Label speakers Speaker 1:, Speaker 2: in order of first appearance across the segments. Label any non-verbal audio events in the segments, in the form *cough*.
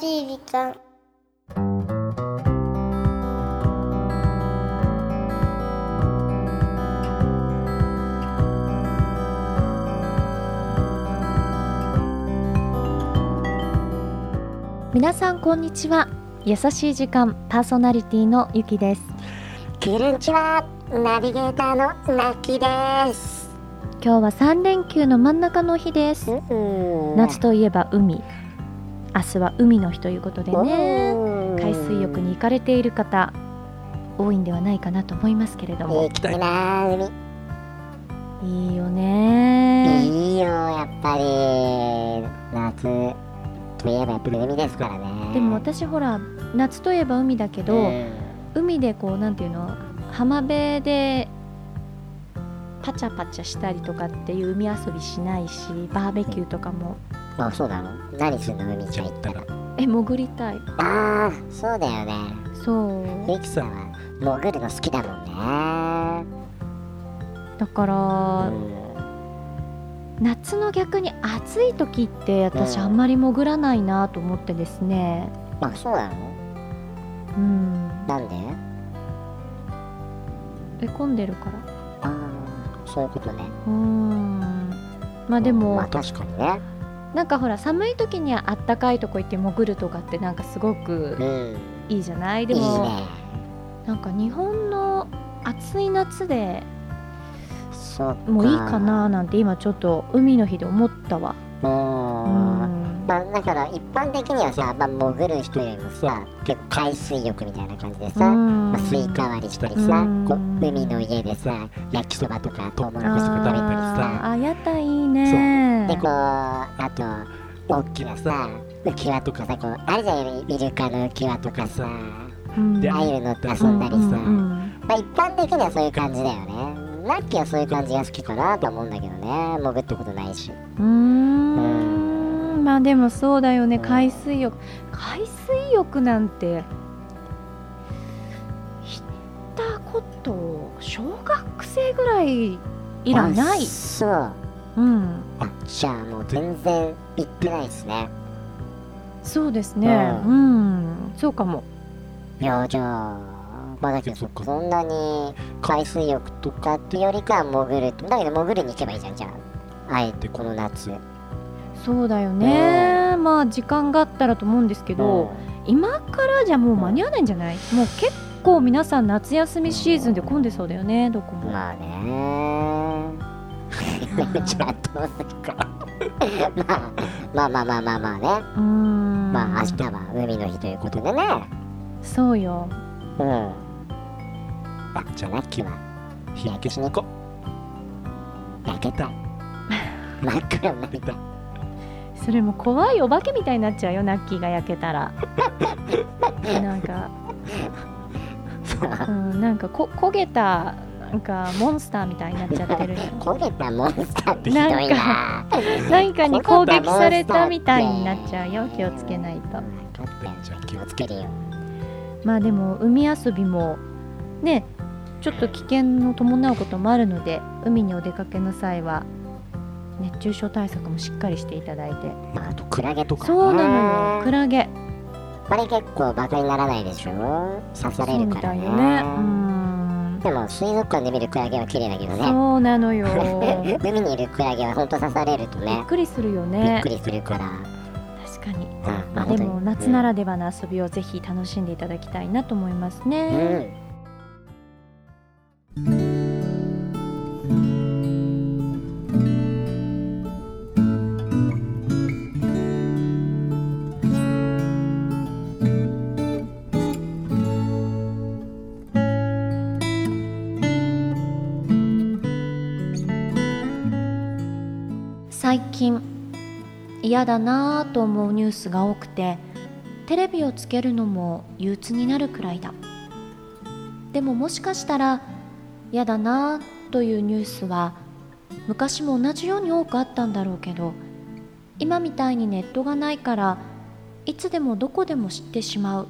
Speaker 1: しい時間
Speaker 2: 皆さんこんにちは優しい時間パーソナリティのゆきです
Speaker 3: こんにちはナビゲーターのラッキーです
Speaker 2: 今日は三連休の真ん中の日です夏
Speaker 3: 夏
Speaker 2: といえば海明日は海の日ということでね海水浴に行かれている方多いんではないかなと思いますけれども
Speaker 3: 行きたいな海
Speaker 2: いいよね
Speaker 3: いいよやっぱり夏といえばやっぱり海ですからね
Speaker 2: でも私ほら夏といえば海だけど、
Speaker 3: うん
Speaker 2: 海でこうなんていうの浜辺でパチャパチャしたりとかっていう海遊びしないしバーベキューとかも
Speaker 3: あそうだの何するの海ちゃん行ったら
Speaker 2: え潜りたい
Speaker 3: あーそうだよね
Speaker 2: そう
Speaker 3: ゆきさんは潜るの好きだもんね
Speaker 2: だから夏の逆に暑い時って私
Speaker 3: うん
Speaker 2: あんまり潜らないなと思ってですね
Speaker 3: うんあそうなの
Speaker 2: うん
Speaker 3: なんで
Speaker 2: え混んでるから
Speaker 3: ああそういうことね
Speaker 2: うんまあでも、
Speaker 3: まあ確かにね
Speaker 2: なんかほら寒い時にはあったかいとこ行って潜るとかってなんかすごく
Speaker 3: うん
Speaker 2: いいじゃない
Speaker 3: い
Speaker 2: で
Speaker 3: い
Speaker 2: も
Speaker 3: ね
Speaker 2: なんか日本の暑い夏で
Speaker 3: そっか
Speaker 2: もういいかななんて今ちょっと海の日で思ったわ。
Speaker 3: う
Speaker 2: うんん、
Speaker 3: まあだから一般的にはさ、まあ、潜る人よりもさ結構海水浴みたいな感じでさ、
Speaker 2: うん
Speaker 3: まあ、スイカ割りしたりさ、
Speaker 2: うん
Speaker 3: こう海の家でさ焼きそばとかトウモロコシとか食べたり
Speaker 2: あー
Speaker 3: さ
Speaker 2: あ、屋台いいね
Speaker 3: で。こうあと大きなさ浮き輪とかさこうあるじゃんイルカの浮き輪とかさ
Speaker 2: うん
Speaker 3: でああいうのって遊んだりさ、
Speaker 2: うんうん
Speaker 3: まあ、一般的にはそういう感じだよねラッキーはそういう感じが好きかなと思うんだけどね潜ったことないし
Speaker 2: うんうーんまあでもそうだよね
Speaker 3: うん
Speaker 2: 海水浴海水浴なんてしたこと小学生ぐらい以来ない
Speaker 3: あ。そう
Speaker 2: うん
Speaker 3: あじゃあもう全然行ってないですね
Speaker 2: そうですね、う、
Speaker 3: うん
Speaker 2: そうかも。
Speaker 3: いやじゃあまあだけどそっかそんなに海水浴とかってよりかは潜るとだけど潜りに行けばいいじゃんじゃああえてこの夏
Speaker 2: そうだよね、まあ時間があったらと思うんですけど、今からじゃもう間に合わないんじゃない、もう結構皆さん夏休みシーズンで混んでそうだよねどこ
Speaker 3: うん
Speaker 2: も、
Speaker 3: まあね *laughs* じゃあどうするか *laughs* まあまあまあまあまあまあね
Speaker 2: うーん
Speaker 3: まあ明日は海の日ということでね
Speaker 2: そうよ
Speaker 3: うんあじゃあラッキーは日焼けしに行こう焼けた真っ黒になりた
Speaker 2: それも怖いお化けみたいになっちゃうよナッキーが焼け
Speaker 3: *laughs*
Speaker 2: たらなんか、うん、なんかこ焦げたなんかモンスターみたいになっちゃってるよ
Speaker 3: 焦げたモンスターってひどいな
Speaker 2: 何かに攻撃されたみたいになっちゃうよ気をつけないと。
Speaker 3: 分かってんじゃん気をつけるよ
Speaker 2: まあでも海遊びもねちょっと危険の伴うこともあるので海にお出かけの際は熱中症対策もしっかりしていただいて
Speaker 3: まああとクラゲとかね
Speaker 2: そうなのよクラゲ
Speaker 3: あれ結構バカにならないでしょ刺さ
Speaker 2: そ
Speaker 3: れ
Speaker 2: う
Speaker 3: る
Speaker 2: み
Speaker 3: か
Speaker 2: た
Speaker 3: ら
Speaker 2: い
Speaker 3: ね
Speaker 2: よねうん
Speaker 3: でも水族館で見るクラゲは綺麗だけどね
Speaker 2: そうな
Speaker 3: *laughs*
Speaker 2: のよ
Speaker 3: 海にいるクラゲはほんと刺されると
Speaker 2: びっ
Speaker 3: ね
Speaker 2: くりするよ
Speaker 3: びっ
Speaker 2: ね
Speaker 3: くりするから
Speaker 2: 確かに
Speaker 3: うんまあ
Speaker 2: まあでも夏な
Speaker 3: ら
Speaker 2: らではの遊びをぜひ楽しんでいただきたいなと思います
Speaker 3: う
Speaker 2: ね
Speaker 3: ん
Speaker 2: 最近嫌だなぁと思うニュースが多くてテレビをつけるのも憂鬱になるくらいだでももしかしたら嫌だなぁというニュースは昔も同じように多くあったんだろうけど今みたいにネットがないからいつでもどこでも知ってしまう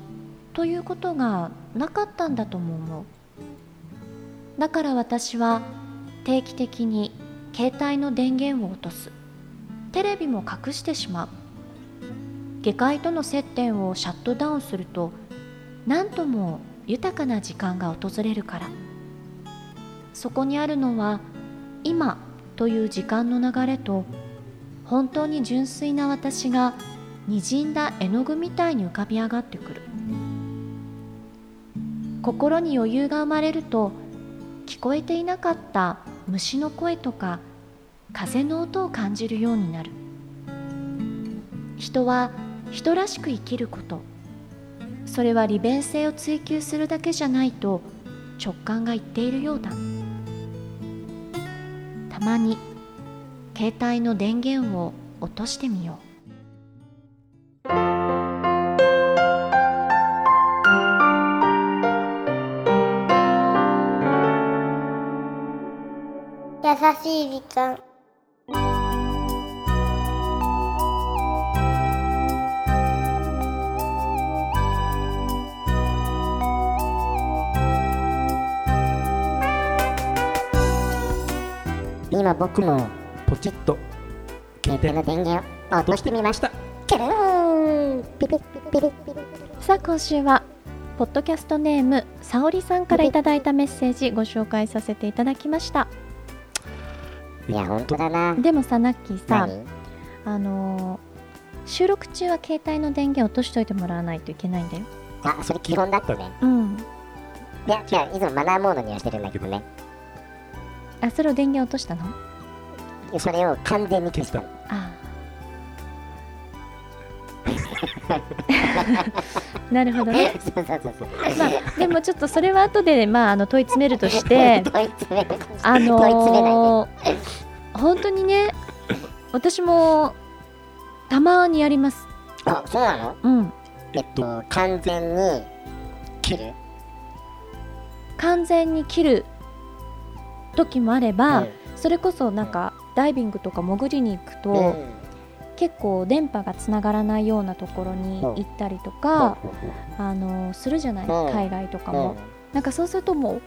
Speaker 2: ということがなかったんだとも思うだから私は定期的に携帯の電源を落とすテレビも隠してしまう下界との接点をシャットダウンすると何とも豊かな時間が訪れるからそこにあるのは今という時間の流れと本当に純粋な私がにじんだ絵の具みたいに浮かび上がってくる心に余裕が生まれると聞こえていなかった虫の声とか風の音を感じるようになる人は人らしく生きることそれは利便性を追求するだけじゃないと直感が言っているようだたまに携帯の電源を落としてみよう
Speaker 1: 優しい時間
Speaker 3: 今僕も
Speaker 4: ポチッと
Speaker 3: 携帯の電源を落としてみましたキュルーンピピッピピッピピッ
Speaker 2: さあ今週はポッドキャストネームさおりさんからいただいたメッセージご紹介させていただきました
Speaker 3: いや本当だな
Speaker 2: でもさナッキーさ
Speaker 3: 何
Speaker 2: あのー収録中は携帯の電源落としといてもらわないといけないんだよ
Speaker 3: あそれ基本だったね
Speaker 2: うん
Speaker 3: いや違ういつもマナーモードにはしてるんだけどね
Speaker 2: あそれを電源落としたの
Speaker 3: それを完全に消した
Speaker 2: ああなるほどね
Speaker 3: *laughs* そうそうそうそう
Speaker 2: まあでもちょっとそれは後でまああの問い詰めるとして
Speaker 3: 問い詰める
Speaker 2: あ
Speaker 3: *laughs* 問い詰めないで
Speaker 2: のー本当にね私もたまにやります
Speaker 3: あそうなの
Speaker 2: うん
Speaker 3: えっと完全に切る
Speaker 2: 完全に切る時もあれば、それこそなんかダイビングとか潜りに行くと、
Speaker 3: うん
Speaker 2: 結構電波がつながらないようなところに行ったりとか、あのするじゃない、
Speaker 3: うん
Speaker 2: 海外とか
Speaker 3: うん
Speaker 2: も、なんかそうするともう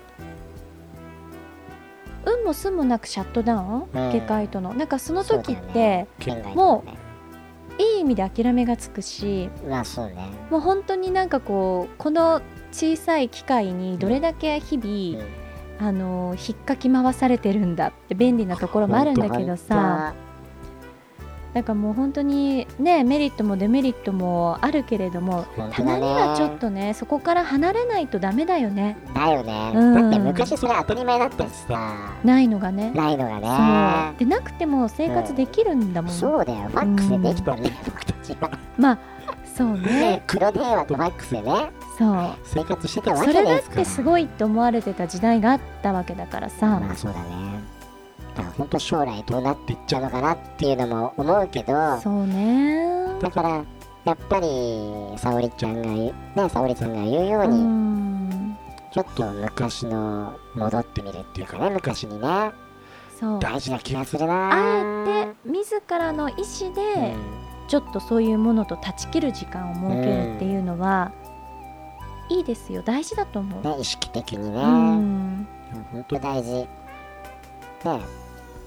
Speaker 2: 運もすもなくシャットダウン、
Speaker 3: ん
Speaker 2: 下界とのなんかその時っ
Speaker 3: そうだよ
Speaker 2: て、
Speaker 3: 県外
Speaker 2: も
Speaker 3: とかね
Speaker 2: いい意味で諦めがつくし
Speaker 3: うわそうね
Speaker 2: もう本当になんかこうこの小さい機械にどれだけ日々、
Speaker 3: う
Speaker 2: あの引っかき回されてるんだって便利なところもあるんだけどさ。なんかもう本当にねメリットもデメリットもあるけれども
Speaker 3: 本
Speaker 2: た
Speaker 3: 当
Speaker 2: ま
Speaker 3: だ
Speaker 2: に
Speaker 3: ね
Speaker 2: はちょっとねそこから離れないとダメだよね
Speaker 3: だよね、
Speaker 2: う
Speaker 3: だ
Speaker 2: ん
Speaker 3: って昔それ当たり前だったしさ
Speaker 2: ないのがね
Speaker 3: ないのが
Speaker 2: そう
Speaker 3: ね
Speaker 2: でなくても生活できるんだもん、
Speaker 3: そうだよファックスでできたね、僕たちは
Speaker 2: まあそうね
Speaker 3: ね黒電話とファックスでね
Speaker 2: そう
Speaker 3: 生活してたわ
Speaker 2: そ
Speaker 3: け
Speaker 2: れだ
Speaker 3: で
Speaker 2: っ
Speaker 3: すから
Speaker 2: てすごいって思われてた時代があったわけだからさ
Speaker 3: まあそうだねだから本当将来どうなっていっちゃうのかなっていうのも思うけど
Speaker 2: そうね
Speaker 3: だからやっぱり沙織ちゃんが言うね沙織ちゃんが言うよう
Speaker 2: う
Speaker 3: に、
Speaker 2: ん
Speaker 3: ちょっと昔の戻ってみるっていうかね昔にね
Speaker 2: そう
Speaker 3: 大事な気がするな
Speaker 2: あえて自らの意思でちょっとそういうものと断ち切る時間を設けるっていうのは、いいですよ大事だと思う、
Speaker 3: ね意識的にね、
Speaker 2: うん
Speaker 3: 本当大事ね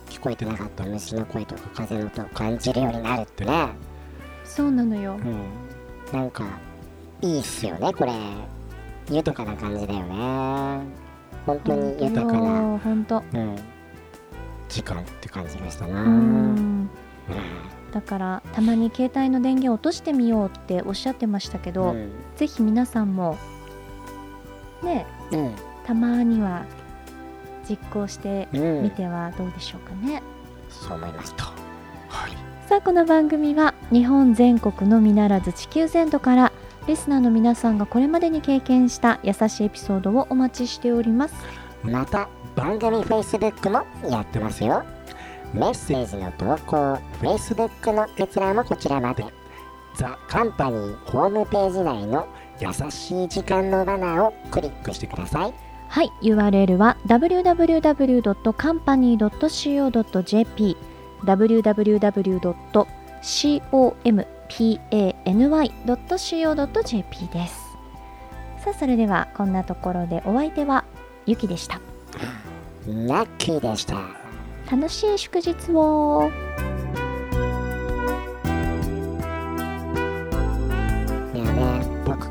Speaker 3: 聞こえてなかった虫の声とか風の音を感じるようになるってね、
Speaker 2: そうなのよ
Speaker 3: うん、なんかいいっすよねこれ豊かな感じだよね本当に豊かな、
Speaker 2: もうほんと
Speaker 3: うん、時間って感じがしたな、
Speaker 2: う
Speaker 3: うん
Speaker 2: んだからたまに携帯の電源落としてみようっておっしゃってましたけど、
Speaker 3: うん
Speaker 2: ぜひ皆さんもね
Speaker 3: うん
Speaker 2: たまには実行して
Speaker 3: うん
Speaker 2: みてはどうでしょうかね、
Speaker 3: そう思いましたはい
Speaker 2: さあこの番組は日本全国のみならず地球全土からリスナーの皆さんがこれまでに経験した優しいエピソードをお待ちしております
Speaker 3: また番組 Facebook もやってますよメッセージの投稿 Facebook の閲覧もこちらまでザ・カンパニーホームページ内の「優しい時間」のバナーをクリックしてください
Speaker 2: はい URL は www.company.co.jp www.company.co.jp ですさあそれではこんなところでお相手はゆきでした
Speaker 3: ラッキーでした
Speaker 2: 楽しい祝日を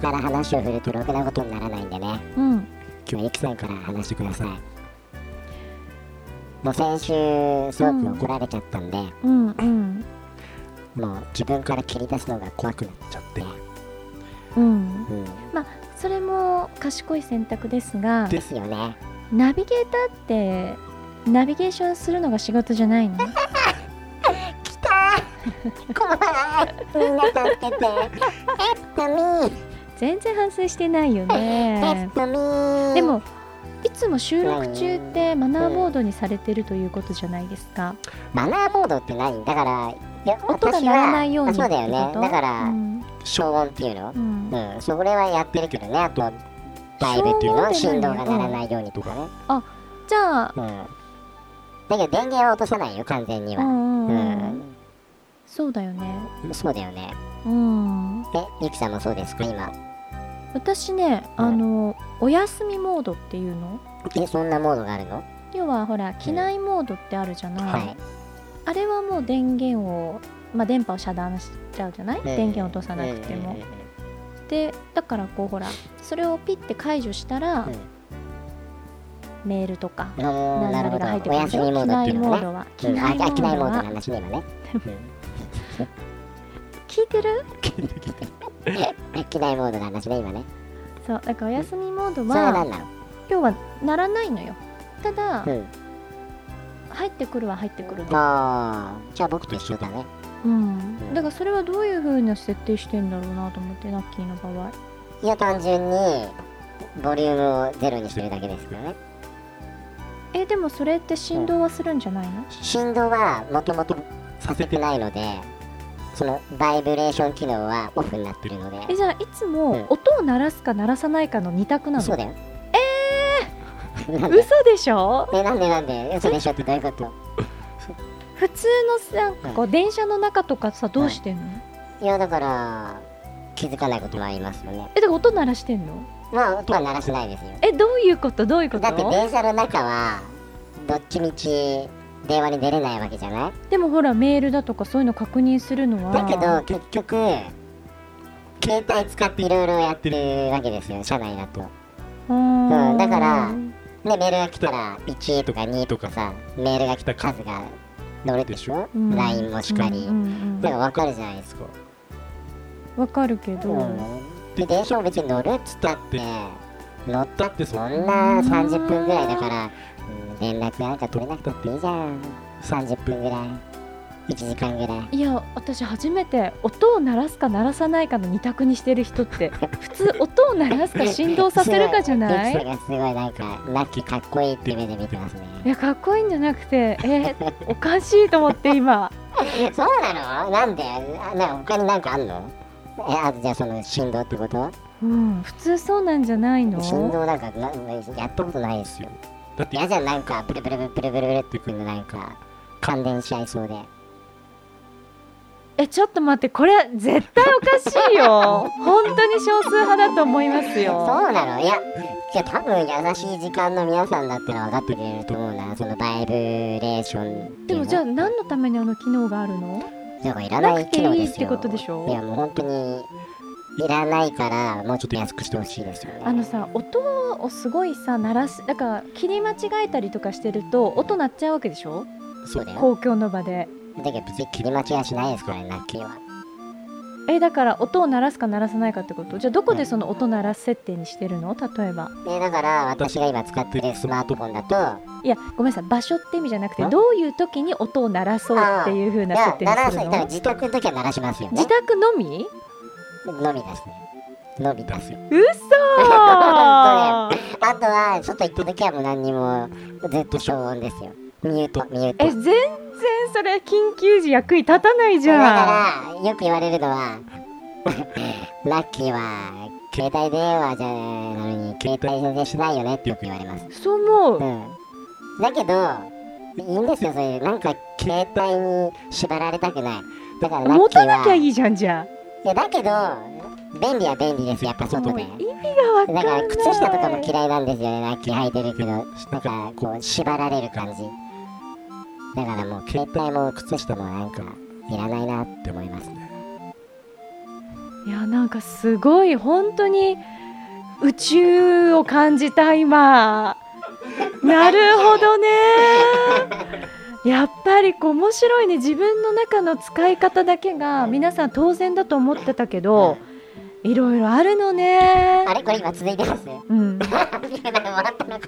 Speaker 3: から話を振るとろくなことにならないんでね
Speaker 2: うん
Speaker 3: 今日はゆきさんから話してくださいもう先週すごく怒られちゃったんで、
Speaker 2: うんうん
Speaker 3: もう自分から切り出すのが怖くなっちゃって、
Speaker 2: うん
Speaker 3: うん、
Speaker 2: まあそれも賢い選択ですが
Speaker 3: ですよね
Speaker 2: ナビゲーターってナビゲーションするのが仕事じゃないの
Speaker 3: 来たー怖いみんな助けてヘップミー
Speaker 2: 全然反省してないよ
Speaker 3: ヘッ *laughs*
Speaker 2: ね
Speaker 3: プミー
Speaker 2: でもいつも収録中ってマナーボードにされてるということじゃないですか
Speaker 3: マナーボードって何だからいや
Speaker 2: 音が
Speaker 3: 私
Speaker 2: 鳴
Speaker 3: は
Speaker 2: らないように
Speaker 3: あ
Speaker 2: って
Speaker 3: そ
Speaker 2: こ
Speaker 3: うだよね
Speaker 2: と
Speaker 3: だから、
Speaker 2: うん
Speaker 3: 消音っていうの
Speaker 2: うん
Speaker 3: うん、それはやってるけどねあとはバイブっていうのは振
Speaker 2: 消音
Speaker 3: 動
Speaker 2: で
Speaker 3: が
Speaker 2: 何
Speaker 3: 鳴らないようにとかね
Speaker 2: じゃあ
Speaker 3: うんだけど電源は落とさないよ完全に
Speaker 2: う
Speaker 3: は
Speaker 2: ん
Speaker 3: う
Speaker 2: うんうん
Speaker 3: ん、
Speaker 2: そうだよね
Speaker 3: そうだよね
Speaker 2: うん
Speaker 3: でゆきさんもそうですか今
Speaker 2: 私ね
Speaker 3: うん
Speaker 2: あのお休みモードっていうの
Speaker 3: えそんなモードがあるの
Speaker 2: 要はほら機内モードってあるじゃない、
Speaker 3: はい
Speaker 2: あれはもう電源を、まあ、電波を遮断しちゃうじゃない、電源を落とさなくても、でだからこうほらそれをピッて解除したら、メールとか
Speaker 3: うんうんうん、なる
Speaker 2: 何々
Speaker 3: ほど
Speaker 2: が入って
Speaker 3: お
Speaker 2: くるでし
Speaker 3: 休
Speaker 2: ょ
Speaker 3: みモードっていうの
Speaker 2: 機内モー
Speaker 3: ね
Speaker 2: ドは機
Speaker 3: うん
Speaker 2: 内
Speaker 3: ああ機内モー
Speaker 2: モー
Speaker 3: ドの
Speaker 2: ドは
Speaker 3: 話ね今ね
Speaker 2: 聞いてる
Speaker 3: うん機内モードの話ね今ね
Speaker 2: そうだからお休みモード
Speaker 3: それは
Speaker 2: は
Speaker 3: 何なの
Speaker 2: 要は鳴らないのよただ、
Speaker 3: うん
Speaker 2: 入ってくるは入ってくるの、
Speaker 3: あーじゃあ僕と一緒だね
Speaker 2: うん、だからそれはどういう風な設定してんだろうなと思ってラッキーの場合
Speaker 3: いや単純にボリュームをゼロにしてるだけですからね
Speaker 2: えでもそれって振動はするんじゃないの、
Speaker 3: 振動はもともとさせてないのでそのバイブレーション機能はオフになってるの
Speaker 2: え
Speaker 3: で
Speaker 2: じゃあいつ
Speaker 3: うん
Speaker 2: も音を鳴らすか鳴らさないかの二択なの
Speaker 3: そうだよえなんで
Speaker 2: *laughs* 嘘でしょ
Speaker 3: えなんでなんで嘘でしょってどういうこと
Speaker 2: 普通のなんかこう電車の中とかさどうしてんの、
Speaker 3: いやだから気づかないこともありますよね
Speaker 2: えだから音鳴らしてんの
Speaker 3: まあ音は鳴らせないですよ
Speaker 2: えどういうことどういうこと
Speaker 3: だって電車の中はどっちみち電話に出れないわけじゃない
Speaker 2: でもほらメールだとかそういうの確認するのは
Speaker 3: だけど結局携帯使っていろいろやってるわけですよ車内だと
Speaker 2: うー
Speaker 3: うんんだからでメールが来たら1とか2とかさメールが来た数が乗るでしょ、
Speaker 2: うん
Speaker 3: LINE もしかり、
Speaker 2: うんうんうん
Speaker 3: だから分かるじゃないですか、
Speaker 2: わかるけど、
Speaker 3: うん、で電車も別に乗るっつったって乗ったってそんな30分ぐらいだから、うん連絡なんか取れなくたっていいじゃん30分ぐらい1時間ぐらい
Speaker 2: いや私初めて音を鳴らすか鳴らさないかの二択にしてる人って普通音を鳴ら
Speaker 3: *laughs*
Speaker 2: すか振動させるかじゃない
Speaker 3: エキサがすごいなんかラッキーかっこいいって目で見てますね
Speaker 2: いやかっこいいんじゃなくてえーおかしいと思って今
Speaker 3: そうなのなんであなんか他になんかあんのえあとじゃあその振動ってこと
Speaker 2: うん普通そうなんじゃないの
Speaker 3: 振動なんかなやったことないですよ
Speaker 4: だって
Speaker 3: 嫌じゃんなんかブルブルブルブルブルブルってくるのなんか感電しちゃいそうで
Speaker 2: えちょっと待ってこれ絶対おかしいよ本当に少数派だと思いますよ
Speaker 3: そうなのいやいや多分優しい時間の皆さんだったら分かってくれると思うなそのバイブレーションって
Speaker 2: で
Speaker 3: いうの
Speaker 2: もじゃあ何のためにあの機能があるの
Speaker 3: なんかいらな
Speaker 2: なく
Speaker 3: い
Speaker 2: てい
Speaker 3: 機
Speaker 2: い
Speaker 3: 能ですよ
Speaker 2: ってことでしょ
Speaker 3: いやもう本当にいらないからもうちょっと安くしてほしいですよね
Speaker 2: あのさ音をすごいさ鳴らしだから切り間違えたりとかしてると音鳴っちゃうわけでしょ
Speaker 3: そうだよ
Speaker 2: 公共の場で
Speaker 3: だけど別に切り間違いしないですからねラッキーは
Speaker 2: えだから音を鳴らすか鳴らさないかってことじゃあどこでその音鳴らす設定にしてるの例えば
Speaker 3: でだから私が今使ってるスマートフォンだと
Speaker 2: いやごめんなさい場所って意味じゃなくて
Speaker 3: ん
Speaker 2: どういう時に音を鳴らそうっていう風
Speaker 3: い
Speaker 2: な
Speaker 3: や
Speaker 2: 設定
Speaker 3: 鳴
Speaker 2: に
Speaker 3: ら
Speaker 2: す
Speaker 3: す
Speaker 2: る
Speaker 3: だから
Speaker 2: の
Speaker 3: 自宅の時は鳴らしますよね
Speaker 2: 自宅のみ
Speaker 3: のみですねのみですよ
Speaker 2: 嘘
Speaker 3: 本あとは外行った時はもう何にもずっと消音ですよミュートミュート
Speaker 2: え全然それ緊急時役に立たないじゃん
Speaker 3: だからよく言われるのはラッキーは携帯電話じゃなのに携帯全然しないよねってよく言われます
Speaker 2: そう思う
Speaker 3: うんだけどいいんですよそれなんか携帯に縛られたくないだからラッ
Speaker 2: 持
Speaker 3: キー
Speaker 2: た
Speaker 3: は
Speaker 2: なきゃいいじゃんじゃ
Speaker 3: いやだけど便利は便利ですやっぱ
Speaker 2: あ
Speaker 3: 外
Speaker 2: もう
Speaker 3: で
Speaker 2: 意味がわかんな
Speaker 3: だか
Speaker 2: い
Speaker 3: ら靴下とかも嫌いなんですよねラッキー履いてるけどなんかこう縛られる感じだからもう携帯も靴下もなんかいらないなって思いますね
Speaker 2: いやなんかすごい本当に宇宙を感じた今なるほどねやっぱりこう面白いね自分の中の使い方だけが皆さん当然だと思ってたけどいろいろあるのね
Speaker 5: あれこれ今続いてます
Speaker 2: うん
Speaker 5: 笑ってなか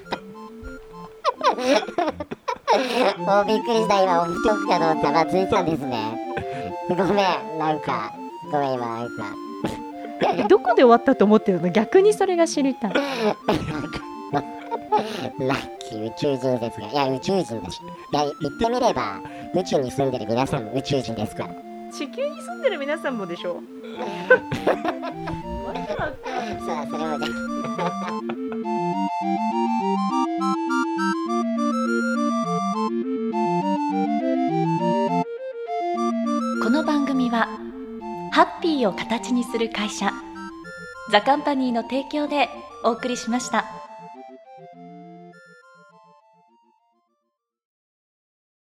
Speaker 5: ったもうびっくりした今オフトークかと思ったらまあ続いてたんですねごめんなんかごめん今なんか
Speaker 2: どこで終わったと思ってるの逆にそれが知りたい
Speaker 5: ラッキー宇宙人ですがいや宇宙人だしいや言ってみれば宇宙に住んでる皆さんも宇宙人ですから
Speaker 2: 地球に住んでる皆さんもでしょ
Speaker 5: そうだそれもじゃ
Speaker 6: この番組はハッピーを形にする会社ザカンパニーの提供でお送りしました。